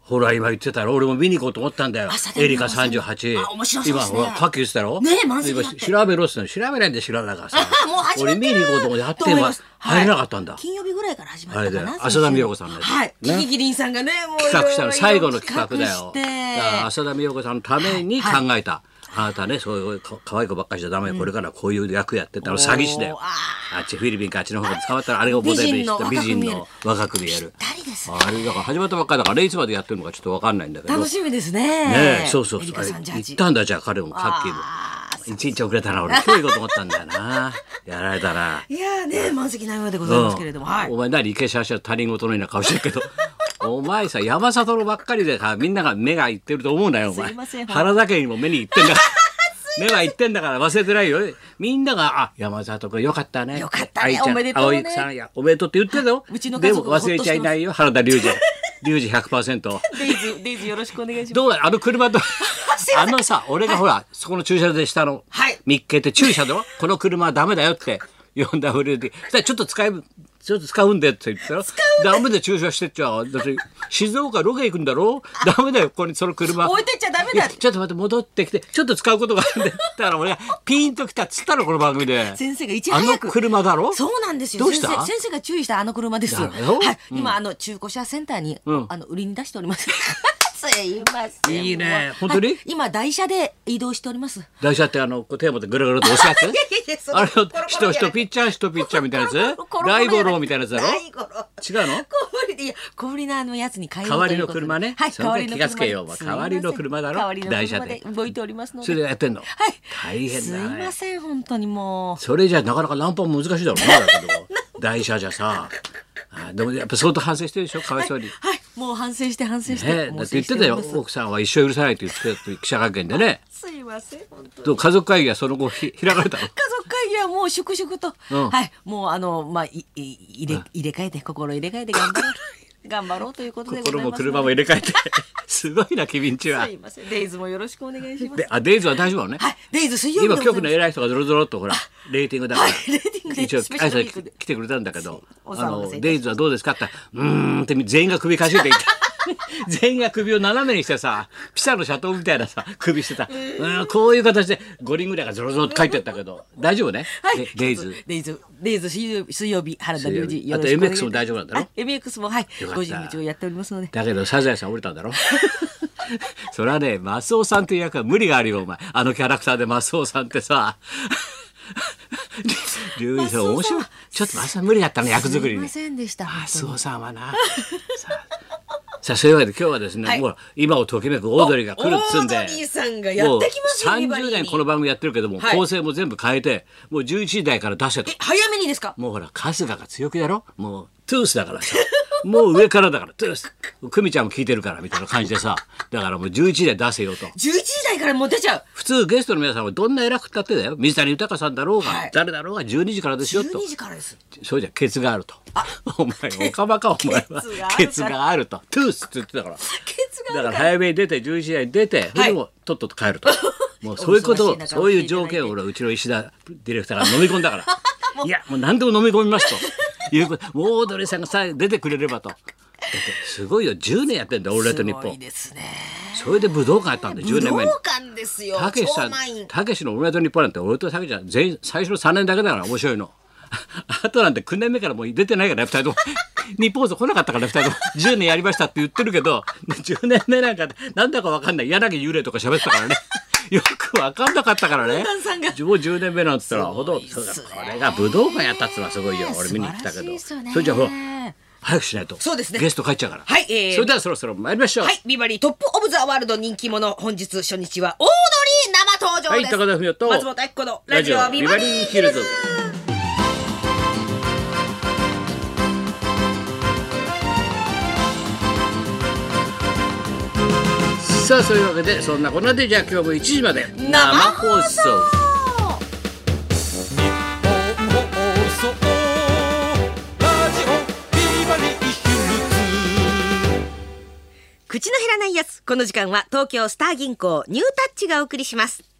ほら今言ってたろ俺も見に行こうと思ったんだよ朝だねエリカ38あ面白そうで今すねほらさっき言ってたろねえ満席今だって調べろっつって調べないんで知らないからさあ もう始ま俺って見るに行こうと思ってやって思いまますはい入れなかったんだ金曜日ぐらいから始まったかあれだなよ浅田美代子さんのやつはいねキキキリンさんがねもう企画したのいろいろ最後の企画だよ企だから画して浅田美代子さんのために考はいえたあなたねそういうか可愛い子ばっかりじゃダメこれからこういう役やってたの詐欺師だよおーああっちフィリピンかあっちの方で捕まったらあれをモデルにして美美人人のの若く見える誰ですねあれだから始まったばっかりだからいつまでやってるのかちょっとわかんないんだけど楽しみですねねえそうそうエそリうあカれさんじゃあ行ったんだじゃあ彼もさっきもあー一日遅れたな俺今日行こうと思ったんだよな やられたないやーね満席なようでございますけれども、うんはいお前何池シャシャ他人事のような顔してるけど お前さ山里のばっかりでさみんなが目がいってると思うなよお前すいません原田家にも目にいってんだから 目がいってんだから忘れてないよみんなが「あ山里君よかったね」よかった愛ねちゃんおめでとうね葵さんやおめでとうって言ってたようちので家も族もほっ忘れとしてますちゃいないよ原田 龍二龍二100%デイズデイズよろしくお願いしますどうだあの車と すいまあせんのさ俺がほら、そこの駐車場で下のはい見っけて駐車場この車はダメだよ って呼んだふりでそしたらちょっと使えちょっと使うんでって言ったらダメで駐車してっちゃうだって静岡ロケ行くんだろダメだよここにその車置いてっちゃダメいやだちょっと待って戻ってきてちょっと使うことがあるんでだから俺がピンときたっつったのこの番組で先生がいちあの早く車だろそうなんですよどうした先生先生が注意したあの車ですよだよはい、今あの中古車センターに、うんあの売りに出して おりますすいませんいいねも本う当にはい今台車で移動しております台車ってあのこうテーマでぐるぐると押し合っていやいやいやそのあれコロをコロ人じゃ人ないピッチャー人ピッチャーみたいなやつコロコロ大五郎みたいなやつだろ大五郎違うの小ぶりでいや小ぶりなあのやつに変えよう代わりといのうことで車ねはいそれ代でわりの気が車つけようお前すいません代わりの車だろ代わりの台車車でで動いておりますのでそれでやってんの、はい大変だすいねません本当にもうそれじゃなかなかナンパも難しいだろうなだけど 台車じゃさあでもやっぱ相当反省してるでしょかわい そうに。はいもう反省して反省して、ねえ、だって言ってたよ猛省しております奥さんは一生許さないって言ってた記者会見でねすいません本当にどう家族会議はその後ひ 開かれたの家族会議はもう粛々と、うんはいもうあのまあいい入れ入れ替えて心入れ替えて頑張 ろう頑張ろうということでござい心ますも車も入れ替えて すごいな君んちはす。いませんデイズもよろしくお願いしますであデイズは大丈夫なのね、はいデイズ水曜日で今ございます局の偉い人がゾロゾロっとほらレーティングだから、はいレーティングで一応スペシャルウィー挨クで拶来てくれたんだけど「おあ騒がのせいたしましたデイズはどうですか?」って言ったら「うーん」って全員が首かしげ ていた全員が首を斜めにしてさピサのシャトーみたいなさ首してた、うん、こういう形で5人ぐらいがゾロゾロって書いてったけど大丈夫ね、はいでデイズ。デイズデイズ水曜日水曜日原田龍水曜二日よろしくお願いあと MX も大丈夫なんだろはい MX もはいよかった五時日をやっておりますのでだけどサザエさん降りたんだろ それはねマスオさんっていう役は無理があるよお前あのキャラクターでマスオさんってさ 龍二さん面白いちょっとマスオさん無理だったの役作りすいにませんでしたマ本当スにオさんはなさあさあそういうわけで今日はですね、はいもう今をときめくオードリーが来るっつんでオードリーさんがやってきますよもうビバリ30ーに年この番組やってるけども、はい構成も全部変えてもう11時台から出せとえ早めにですかもうほら春日が強気だろもうトゥースだからさ もう上からだからトゥース久美ちゃんも聞いてるからみたいな感じでさだからもう11で出せよと11時台からもう出ちゃう普通ゲストの皆さんはどんな偉くったってだよ水谷豊さんだろうが、はい誰だろうが12時からですよと12時からですそうじゃケツがあるとお前おかまかお前はケツがあるケツからがあるとトゥースって言ってたからケツがだあるかからら早めに出て11時台に出て、それでもとっとと帰る ともうそういうことお忙しいを中そういう条件を俺はうちの石田ディレクターが飲み込んだ からいやもう何でも飲み込みますということもうオードリーさんがさえ出てくれればと。だってすごいよ10年やってんだよ「オールナイトニッポすごいンですね」それで武道館やったんだよ10武年道前に。館ですよたけしさ超満員ん、たけしのオールナイトニッポンなんて、俺とたけしは全員最初の3年だけだから、面白いの。 あとなんて9年目からもう出てないから、2人とも。 日本放送来なかったから、2人とも。10年やりましたって言ってるけど、10年目なんか、なんだかわかんない。柳幽霊とか喋ってたからね。 よくわかんなかった からね。旦さんがもう10年目なんつったら、ほとんど、すそうごいっだすねこれが武道館やったっつうのはすごいよ。俺見に行ったけど。素晴らしいっすよねそれじゃあほら、早くしないと。そうですねゲスト帰っちゃうから。はいえーそれではそろそろ参りましょう。はい、ビバリートップオブザワールド人気者、本日初日はオードリー生登場はでい、す。高田文夫と。松本明子のラジオビバリーヒルズ。さあそういうわけでそんなこんなでじゃあ今日も1時まで生放送放送ラジオビバリーヒルズ口の減らないやつ。この時間は東京スター銀行ニュータッチがお送りします。